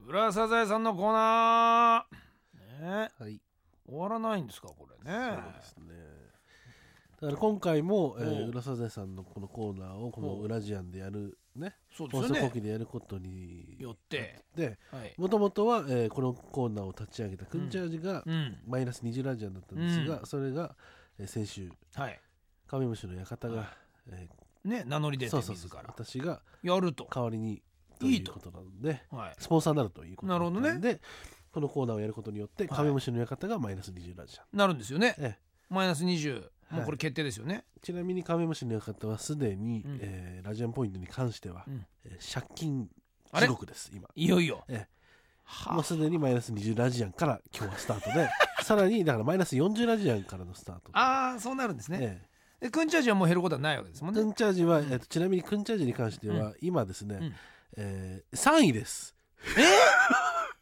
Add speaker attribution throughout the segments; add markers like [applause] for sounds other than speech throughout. Speaker 1: 浦サザエさんのコーナーね
Speaker 2: はい
Speaker 1: 終わらないんですかこれね
Speaker 2: そうですねだから今回も、え
Speaker 1: お
Speaker 2: ー、
Speaker 1: う
Speaker 2: 浦サザエさんのこのコーナーをこの
Speaker 1: おう
Speaker 2: ウラジアンでやるね
Speaker 1: そうですよ
Speaker 2: 放送後
Speaker 1: ね
Speaker 2: 期でやることに
Speaker 1: よって
Speaker 2: で
Speaker 1: はい
Speaker 2: もともとは、えーこのコーナーを立ち上げたくんちゃじが、
Speaker 1: うん
Speaker 2: マイナス20ラジアンだったんですが、
Speaker 1: う
Speaker 2: それが、えー先週
Speaker 1: はい
Speaker 2: カメムシの館が、え
Speaker 1: ね名乗り
Speaker 2: ー
Speaker 1: 出て
Speaker 2: そうそう
Speaker 1: 自
Speaker 2: そう
Speaker 1: ら
Speaker 2: 私が
Speaker 1: やると
Speaker 2: 代わりにと
Speaker 1: い
Speaker 2: い
Speaker 1: いうと
Speaker 2: ことなので
Speaker 1: はい
Speaker 2: スポンサーになるということ
Speaker 1: なるほどね
Speaker 2: だったんでこのコーナーをやることによって
Speaker 1: はい
Speaker 2: カメムシの館がマイナス20ラジアン、
Speaker 1: なるんですよね
Speaker 2: え
Speaker 1: マイナス20
Speaker 2: はい
Speaker 1: もうこれ決定ですよね
Speaker 2: えちなみにカメムシの館はすでに、
Speaker 1: うん
Speaker 2: えーラジアンポイントに関しては、
Speaker 1: うん
Speaker 2: えー借金
Speaker 1: あれ
Speaker 2: 地獄です今
Speaker 1: いよいよ
Speaker 2: ええ
Speaker 1: は
Speaker 2: もうすでにマイナス20ラジアンから今日はスター
Speaker 1: [laughs]
Speaker 2: トでさらにだからマイナス40ラジアンからのスタート
Speaker 1: ああそうなるんですね
Speaker 2: ええ
Speaker 1: でくんちゃじはもう減ることはないわけですもん
Speaker 2: ク
Speaker 1: ね
Speaker 2: ンチャージは、えっと、ちなみにクンチャージに関しては、
Speaker 1: う
Speaker 2: 今ですね、
Speaker 1: うん
Speaker 2: えー、3位です。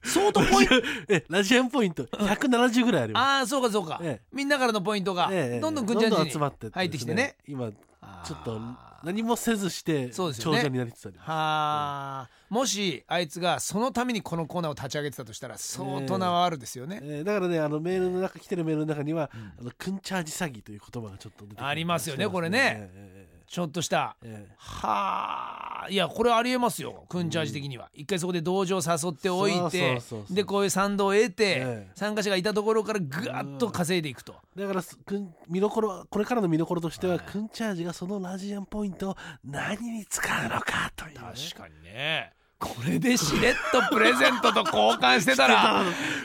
Speaker 1: 相当ポイント
Speaker 2: え、ラジアンポイント170ぐらいあります。
Speaker 1: ああそうかそうか
Speaker 2: ええ
Speaker 1: みんなからのポイントが
Speaker 2: ええええ
Speaker 1: どんどんくんちゃ
Speaker 2: ど
Speaker 1: じ
Speaker 2: んどん
Speaker 1: に
Speaker 2: 集まって
Speaker 1: 入ってきてね。
Speaker 2: 今、ち
Speaker 1: あー
Speaker 2: ょっと何もせずして、
Speaker 1: そう
Speaker 2: 長
Speaker 1: ですよね
Speaker 2: 者になりつつあります。
Speaker 1: はあ、もしあいつがそのためにこのコーナーを立ち上げてたとしたら相当なワールですよね、
Speaker 2: えーだからね、あのメールの中、来てるメールの中には、あのクンチャージ詐欺という言葉がちょっと出てくる
Speaker 1: ありますよねこれね。
Speaker 2: え
Speaker 1: ちょっとした
Speaker 2: ーえーえーえー
Speaker 1: はあいやこれありえますよくんちゃージ的には、一回そこで道場を誘っておいて
Speaker 2: そうそうそうそう
Speaker 1: でこういう賛同を得て、
Speaker 2: ええ
Speaker 1: 参加者がいたところからぐわっと稼いでいくと、
Speaker 2: だからすくん見どころこれからの見どころとしては、クンチャージがそのラジアンポイントを何に使うのかというね、
Speaker 1: 確かにねこれでしれっとプレゼントと交換してたら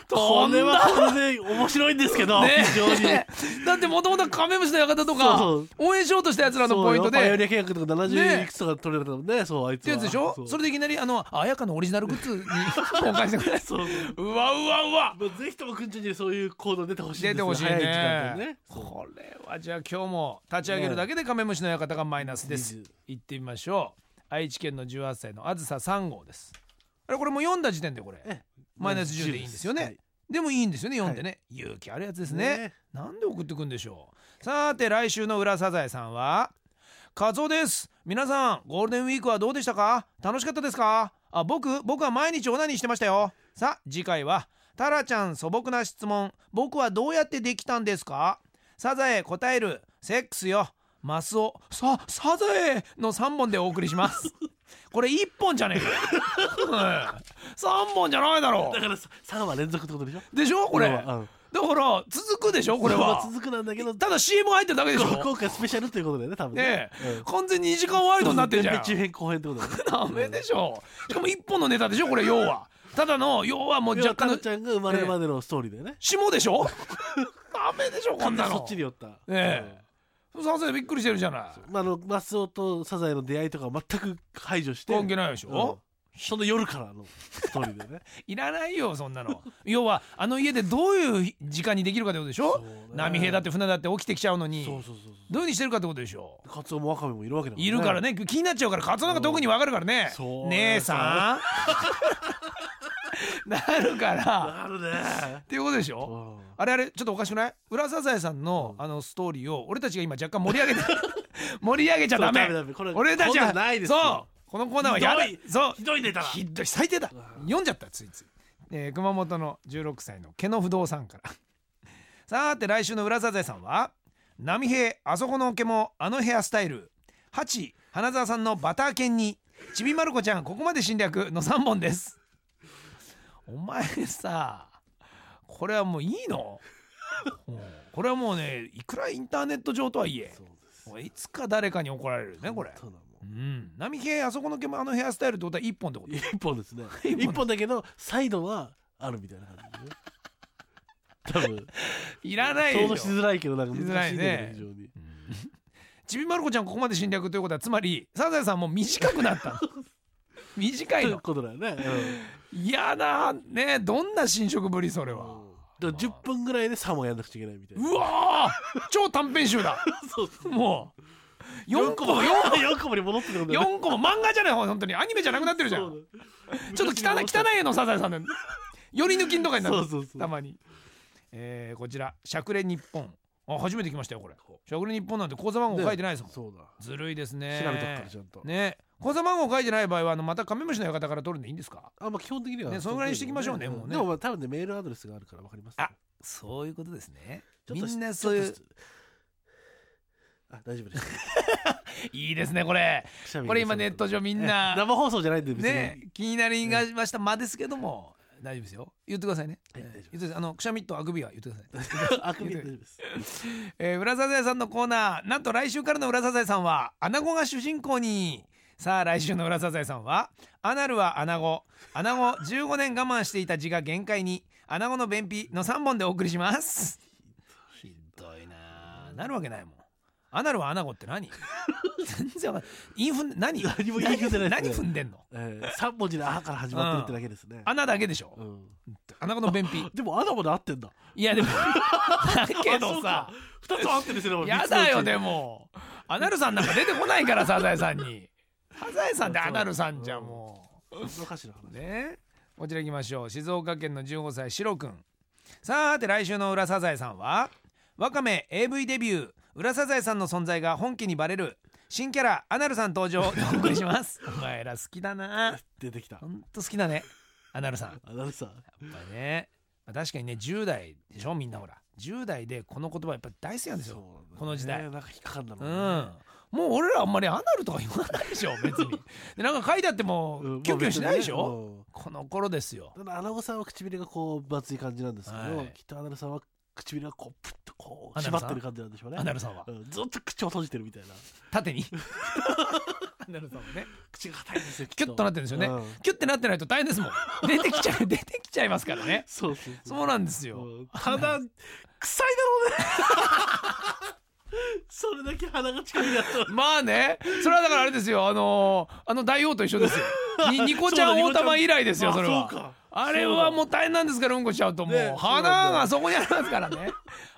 Speaker 1: と
Speaker 2: [laughs] こ
Speaker 1: ん
Speaker 2: れ
Speaker 1: だ
Speaker 2: はこれで面白いんですけど、
Speaker 1: ね
Speaker 2: 非
Speaker 1: [laughs]
Speaker 2: 常に。
Speaker 1: だってもともとカメムシの館とか
Speaker 2: そう
Speaker 1: 応援しようとしたやつらの
Speaker 2: そうよ
Speaker 1: ポイントで
Speaker 2: パイオニア契約とか70
Speaker 1: ね
Speaker 2: いくつとか取れたもんね、そう、あ
Speaker 1: っ
Speaker 2: いつ
Speaker 1: て
Speaker 2: は。
Speaker 1: やつでしょ
Speaker 2: う
Speaker 1: それでいきなりあのあやかのオリジナルグッズに交換してくれ
Speaker 2: そう
Speaker 1: [laughs] うわうわうわ
Speaker 2: もうぜひともくんちゃんにそういう行動出てほしいん
Speaker 1: 出
Speaker 2: です
Speaker 1: て
Speaker 2: よ
Speaker 1: ほしい
Speaker 2: 早い時間
Speaker 1: ね
Speaker 2: でね。そう
Speaker 1: これはじゃあ今日も立ち上げるだけでカメムシの館がマイナスです、
Speaker 2: 20
Speaker 1: 行ってみましょう愛知県の18歳のあずさ3号ですあれこれもう読んだ時点でこれ
Speaker 2: え
Speaker 1: マイナス10でいいんですよね
Speaker 2: はい
Speaker 1: でもいいんですよね読んでね、勇気あるやつですね
Speaker 2: ね
Speaker 1: なんで送ってくんでしょうさて来週の裏サザエさんはカツオです皆さんゴールデンウィークはどうでしたか楽しかったですかあ僕僕は毎日オナニーしてましたよさあ次回はタラちゃん素朴な質問僕はどうやってできたんですかサザエ答えるセックスよマスオさサザエの3本でお送りします
Speaker 2: [laughs]
Speaker 1: これ1本じゃねえか3 [laughs] 本じゃないだろ
Speaker 2: だからさ3話連続ってことでしょ
Speaker 1: うでしょこれ
Speaker 2: うん
Speaker 1: だから続くでしょこれ
Speaker 2: まあ
Speaker 1: は
Speaker 2: [laughs] 続くなんだけど、
Speaker 1: ただ CM 入ってるだけでしょ
Speaker 2: 今回スペシャルっていうことだよね、多分
Speaker 1: ね
Speaker 2: ね。
Speaker 1: え、
Speaker 2: うん
Speaker 1: 完全に2時間ワイドになってんじゃん
Speaker 2: 前編中編後編ってことだよね。
Speaker 1: ダメでしょしかも一本のネタでしょこれ要はただの要はもう
Speaker 2: じゃ
Speaker 1: 若
Speaker 2: あ、
Speaker 1: 干
Speaker 2: かな
Speaker 1: の
Speaker 2: ちゃんが生まれるまでのストーリーだよね。
Speaker 1: 霜でしょダメでしょこんなの
Speaker 2: そっちに寄った。
Speaker 1: ええ先生びっくりしてるじゃない
Speaker 2: うんまああの、マスオとサザエの出会いとかは全く排除して。
Speaker 1: 関係ないでしょ、
Speaker 2: うんその夜からのストーリー
Speaker 1: [laughs]
Speaker 2: でね
Speaker 1: いらないよそんなの要はあの家でどういう時間にできるかってことでしょ、波平だって船だって起きてきちゃうのに
Speaker 2: そうそうそうそ
Speaker 1: どういうふうにしてるかってことでしょ
Speaker 2: うカツオもワカメもいるわけだから、
Speaker 1: いるからね気になっちゃうからカツオなんか特にわかるからね
Speaker 2: そう
Speaker 1: 姉
Speaker 2: [laughs]
Speaker 1: さんなるから
Speaker 2: あるね
Speaker 1: っていうことでしょあれあれちょっとおかしくない浦サザエさんの、あのストーリーを俺たちが今若干盛り上
Speaker 2: [laughs]
Speaker 1: げて盛り上げちゃダメ
Speaker 2: そうダメダメこれ
Speaker 1: 俺たちは
Speaker 2: こんなのないですよ
Speaker 1: そうこのコーナーはやだ
Speaker 2: ひどい
Speaker 1: そう
Speaker 2: ひどいネタだ
Speaker 1: ひどい最低だ読んじゃったついつい、えー熊本の16歳の毛の不動産から [laughs] さて来週の浦サザエさんは波平あそこの毛もあのヘアスタイルハチ花澤さんのバター犬にちびまる子ちゃんここまで侵略の3本ですお前さこれはもういいのうんこれはもうねいくらインターネット上とはいえ
Speaker 2: そうです
Speaker 1: もういつか誰かに怒られるねこれ
Speaker 2: そうなの
Speaker 1: うん波平あそこの毛もあのヘアスタイルってことは1本ってこと
Speaker 2: 一本ですね
Speaker 1: [laughs] 一本
Speaker 2: 一本だけどサイドはあるみたいな感じでね
Speaker 1: いらな
Speaker 2: 多
Speaker 1: いで
Speaker 2: 分想像
Speaker 1: し
Speaker 2: し
Speaker 1: ょ
Speaker 2: づらいけどなんか
Speaker 1: しづら
Speaker 2: 難し
Speaker 1: い
Speaker 2: いんだ
Speaker 1: ね
Speaker 2: けど非常に
Speaker 1: ちびまる子ちゃんここまで侵略ということはつまりサザエさんも短くなった [laughs] の短
Speaker 2: と
Speaker 1: い
Speaker 2: いう
Speaker 1: の
Speaker 2: ことだよね、うん
Speaker 1: 嫌だねどんな侵食ぶりそれは
Speaker 2: だから10分ぐらいで3本やんなくちゃいけないみたいうな
Speaker 1: わー超短編集だ
Speaker 2: そうそう
Speaker 1: もう4個も 4,
Speaker 2: 4個もに戻ってくるんだよね
Speaker 1: 4個も漫画じゃない本当にアニメじゃなくなってるじゃん
Speaker 2: そうだ
Speaker 1: ちょっと汚い汚い絵のサザエさんだよねより抜きんとかになる
Speaker 2: そうそうそう
Speaker 1: たまに、えーこちら「しゃくれ日本」あ初めて来ましたよこれ「しゃくれ日本」なんて口座番号書いてないですもん
Speaker 2: そうだ
Speaker 1: ずるいですね
Speaker 2: 調べとくからちゃんと
Speaker 1: ね小様号書いてない場合はあのまたカメムシの館から取るんでいいんですか
Speaker 2: あまあ基本的には
Speaker 1: ねそのぐらいにしていきましょうね
Speaker 2: ん
Speaker 1: もうね
Speaker 2: でもまあ多分ねメールアドレスがあるからわかりますよ
Speaker 1: あそういうことですね
Speaker 2: ちょっ
Speaker 1: み
Speaker 2: と
Speaker 1: んなそういう
Speaker 2: ちょっとあ大丈
Speaker 1: [laughs]
Speaker 2: 夫です
Speaker 1: いいですねこれ
Speaker 2: くしゃみが
Speaker 1: これ今ネット上みんな
Speaker 2: [laughs] 生放送じゃないんで別に、
Speaker 1: ね気になりがしました間ですけども大丈夫ですよ言ってくださいね、
Speaker 2: はい
Speaker 1: えー
Speaker 2: 大丈夫で
Speaker 1: 言ってくださいあのくしゃみとあくびは言ってください
Speaker 2: あくび大丈夫です
Speaker 1: えー、浦サザエさんのコーナーなんと来週からの浦サザエさんはアナゴが主人公にさあ来週の浦サザエさんはアナルはアナゴアナゴ15年我慢していた字が限界にアナゴの便秘の3本でお送りします [laughs] ひどいなあなるわけないもんアナルはアナゴって何 [laughs] 全然わかんないインフン何
Speaker 2: 何も言い切れてない
Speaker 1: 何踏んでんの
Speaker 2: えー、3文字で「あ」から始まってるってだけですね、
Speaker 1: 穴だけでしょ、
Speaker 2: うん、
Speaker 1: アナゴの便秘
Speaker 2: でも「あ」だまで合ってんだ
Speaker 1: いやで [laughs] もだけ
Speaker 2: あそ
Speaker 1: ど
Speaker 2: うか
Speaker 1: さ
Speaker 2: 2つ合ってるんですね
Speaker 1: やだよ
Speaker 2: ね
Speaker 1: でもアナルさんなんか出てこないからサザエさんにサザエさんってアナルさんじゃんも
Speaker 2: おかしな
Speaker 1: う
Speaker 2: 話
Speaker 1: ねこちら行きましょう静岡県の15歳シロくんさーて来週の裏サザエさんはワカメ AV デビュー裏サザエさんの存在が本家にバレる新キャラアナルさん登場でお送りします [laughs] お前ら好きだな
Speaker 2: 出てきた
Speaker 1: ほんと好きだねアナルさん
Speaker 2: アナウンサー
Speaker 1: やっぱりねまあ確かにね10代でしょみんなほら10代でこの言葉やっぱ大好きなんですよ
Speaker 2: そうなんだね
Speaker 1: この時代
Speaker 2: なんか引っかかんだろ
Speaker 1: う
Speaker 2: ね
Speaker 1: んもう俺らあんまりアナルとか言わないで
Speaker 2: [laughs]
Speaker 1: しょ別にでなんか書いてあっても
Speaker 2: うん
Speaker 1: キュンキュンしないでし
Speaker 2: まあ
Speaker 1: ょ、
Speaker 2: 別にね
Speaker 1: この頃ですよ
Speaker 2: うんただアナゴさんは唇がこう分厚い感じなんですけど、
Speaker 1: はい
Speaker 2: きっとアナルさんは唇がこうプッとこう
Speaker 1: アナ
Speaker 2: 縛
Speaker 1: ルさん
Speaker 2: ってる感じなんでしょうね
Speaker 1: アナルさんは
Speaker 2: うん、ずっと口を閉じてるみたいな
Speaker 1: 縦にアナルさんはね
Speaker 2: 口が硬いんですよ
Speaker 1: キュッとなってるんですよね
Speaker 2: うん
Speaker 1: キュッてなってないと大変ですもん出てきちゃう出てきちゃいますからね
Speaker 2: そうそう
Speaker 1: そうなんですよ
Speaker 2: うん鼻臭いだろうね [laughs] それだけ鼻が近くにあったら
Speaker 1: まあねそれはだからあれですよあのーあの大王と一緒です
Speaker 2: [laughs]
Speaker 1: よにニコちゃん大玉以来ですよそれは
Speaker 2: あそうか
Speaker 1: あれはもう大変なんですからうんこしちゃうともう
Speaker 2: ね
Speaker 1: 花がそこにありますから
Speaker 2: [laughs]
Speaker 1: ね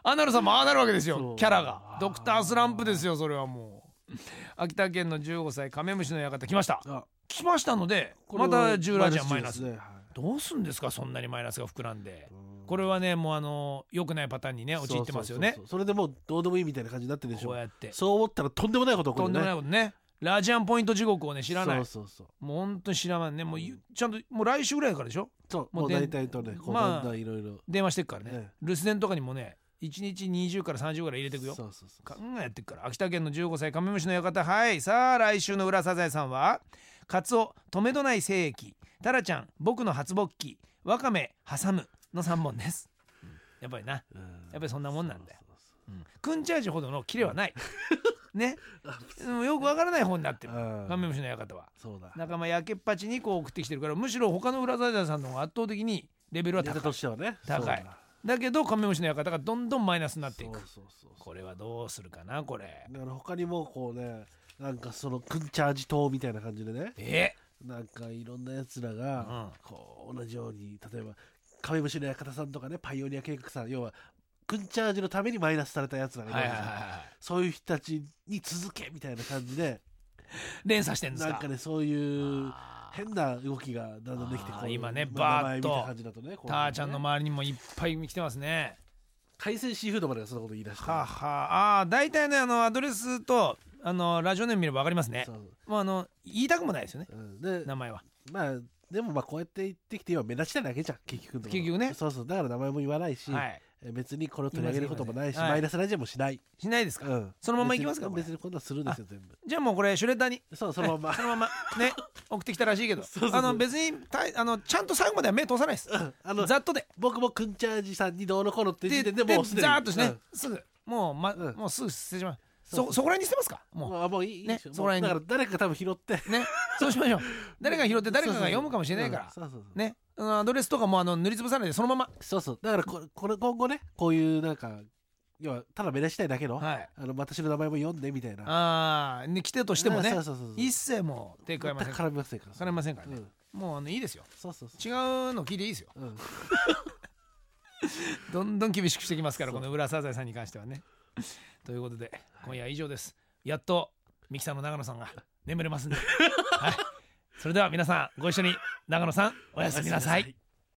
Speaker 1: アナルさんもああなるわけです
Speaker 2: そ
Speaker 1: よ
Speaker 2: う
Speaker 1: キャラがドクタースランプですよそれはもう秋田県の15歳カメムシの館来ました
Speaker 2: あ
Speaker 1: 来ましたので
Speaker 2: これ
Speaker 1: ま
Speaker 2: は
Speaker 1: た10ラジアンマイナ
Speaker 2: 10
Speaker 1: ス
Speaker 2: ですねはい
Speaker 1: どうすんですかそんなにマイナスが膨らんで
Speaker 2: うん
Speaker 1: これはねもうあの良くないパターンにね陥ってますよね
Speaker 2: そうそうそうそれでもうどうでもいいみたいな感じになってるでし
Speaker 1: こ
Speaker 2: ょ
Speaker 1: うやって
Speaker 2: そう思ったらとんでもないことが起
Speaker 1: と
Speaker 2: こ
Speaker 1: ん
Speaker 2: る
Speaker 1: で
Speaker 2: よ
Speaker 1: も
Speaker 2: ね
Speaker 1: ないことねラジアンポイント地獄をね知らない
Speaker 2: そうそうそう
Speaker 1: もう本当に知らないねもうゆちゃんともう来週ぐらいからでしょ
Speaker 2: そう
Speaker 1: も
Speaker 2: も
Speaker 1: う
Speaker 2: う
Speaker 1: で
Speaker 2: 大体とねこう
Speaker 1: まあ
Speaker 2: だんだんいろいろ
Speaker 1: 電話してっからね
Speaker 2: え
Speaker 1: 留守電とかにもね1日20から30ぐらい入れてくよ
Speaker 2: そうそうそう
Speaker 1: ガンガンやってくから秋田県の15歳カメムシの館はいさあ来週の裏サザエさんはカツオ止めどない精液タラちゃん僕の初勃起ワカメ挟むの3本ですやっぱりな
Speaker 2: うん
Speaker 1: やっぱりそんなもんなんだよ
Speaker 2: そうそう
Speaker 1: くんちゃージほどのキレは
Speaker 2: [laughs]
Speaker 1: ないね
Speaker 2: あ
Speaker 1: うんよくわからない方になってる
Speaker 2: うん
Speaker 1: カメムシの館は
Speaker 2: そうそうだ
Speaker 1: 仲間やけっぱちにこう送ってきてるからむしろ他の裏サザエさんの方が圧倒的にレベルは
Speaker 2: ネタ
Speaker 1: 高い
Speaker 2: としてはね
Speaker 1: 高い
Speaker 2: そうだ
Speaker 1: だけどカメムシの館がどんどんマイナスになっていく
Speaker 2: そうそうそう
Speaker 1: これはどうするかなこれ
Speaker 2: だから他にもこうねなんかそのくんチャージ島みたいな感じでね
Speaker 1: え
Speaker 2: なんかいろんなやつら
Speaker 1: う
Speaker 2: が
Speaker 1: ん
Speaker 2: こう同じように例えばカメムシの館さんとかねパイオニア計画さん要はくんチャージのためにマイナスされたやつらがいる
Speaker 1: は
Speaker 2: わ
Speaker 1: い
Speaker 2: け
Speaker 1: はいは
Speaker 2: じゃ
Speaker 1: い
Speaker 2: ん
Speaker 1: は
Speaker 2: そういう人たちに続けみたいな感じで
Speaker 1: い連鎖してんです
Speaker 2: なん
Speaker 1: か
Speaker 2: かねそういう
Speaker 1: あー
Speaker 2: 変な動きがだんだんできて
Speaker 1: あー
Speaker 2: こう
Speaker 1: 今ね
Speaker 2: まあ
Speaker 1: バーッ
Speaker 2: 名前
Speaker 1: と
Speaker 2: 見た感じだとねこう
Speaker 1: ターちゃんの周りにもいっぱい来てますね
Speaker 2: 海鮮シーフードまでがそんなこと言い出した
Speaker 1: はあはああー大体ねあのアドレスとあのラジオネーム見れば分かりますね
Speaker 2: そう
Speaker 1: もうあの言いたくもないですよね
Speaker 2: うんで
Speaker 1: 名前は
Speaker 2: まあでもまあこうやって言ってきて今目立ちたいだけじゃん結局のところ
Speaker 1: 結局ね
Speaker 2: そうそうだから名前も言わないし、
Speaker 1: はい
Speaker 2: え別にこれを取り上げることもないし、
Speaker 1: 言いません
Speaker 2: マイナスラジオもしない、
Speaker 1: しないですか
Speaker 2: うん、
Speaker 1: そのまま行きますか
Speaker 2: 別に
Speaker 1: これ
Speaker 2: 別にこんなのするんですよ全部
Speaker 1: じゃあもうこれシュレッダーに
Speaker 2: そうそのまま
Speaker 1: そのままね送ってきたらしいけど
Speaker 2: そうそうそう
Speaker 1: あの別にたあのちゃんと最後までは目通さないです [laughs]
Speaker 2: あの
Speaker 1: ざっとで
Speaker 2: 僕もくんちゃーじさんにどうのこうのっていう
Speaker 1: で
Speaker 2: 時
Speaker 1: で
Speaker 2: 点でもうすでに
Speaker 1: ざーっとし
Speaker 2: う
Speaker 1: ね
Speaker 2: ん
Speaker 1: すぐもうま
Speaker 2: うん
Speaker 1: もうすぐ捨てしまう
Speaker 2: そう
Speaker 1: そそこら辺に捨てますかも
Speaker 2: まあもういい,、
Speaker 1: ね
Speaker 2: いいでしょ
Speaker 1: そこら辺に
Speaker 2: もうだから誰か多分拾って
Speaker 1: うねそうしましょう誰が拾って誰かが読むかもしれないか
Speaker 2: うん
Speaker 1: ら
Speaker 2: そうそうそう
Speaker 1: ね、うんアドレスとかもあの塗りつぶさないでそのまま、
Speaker 2: そうそうだからここれ今後ねこういうなんか要はただ目立ちたいだけの,、
Speaker 1: はい、
Speaker 2: あの私の名前も読んでみたいな
Speaker 1: ああ、ね、来てとしてもね
Speaker 2: そうそうそうそう
Speaker 1: 一切もう手加えません
Speaker 2: 全
Speaker 1: か
Speaker 2: く絡みませんから
Speaker 1: ら絡みませんからね、
Speaker 2: うん
Speaker 1: もうあのいいですよ
Speaker 2: そうそうそ
Speaker 1: 違うの聞いていいですよ
Speaker 2: う、うん、
Speaker 1: どんどん厳しくしてきますから
Speaker 2: そ
Speaker 1: こ
Speaker 2: う
Speaker 1: の浦サザエさんに関してはねということで今夜は以上ですやっとミキさんの長野さんが眠れますんで、はい、それでは皆さんご一緒に長野さんおやすみなさい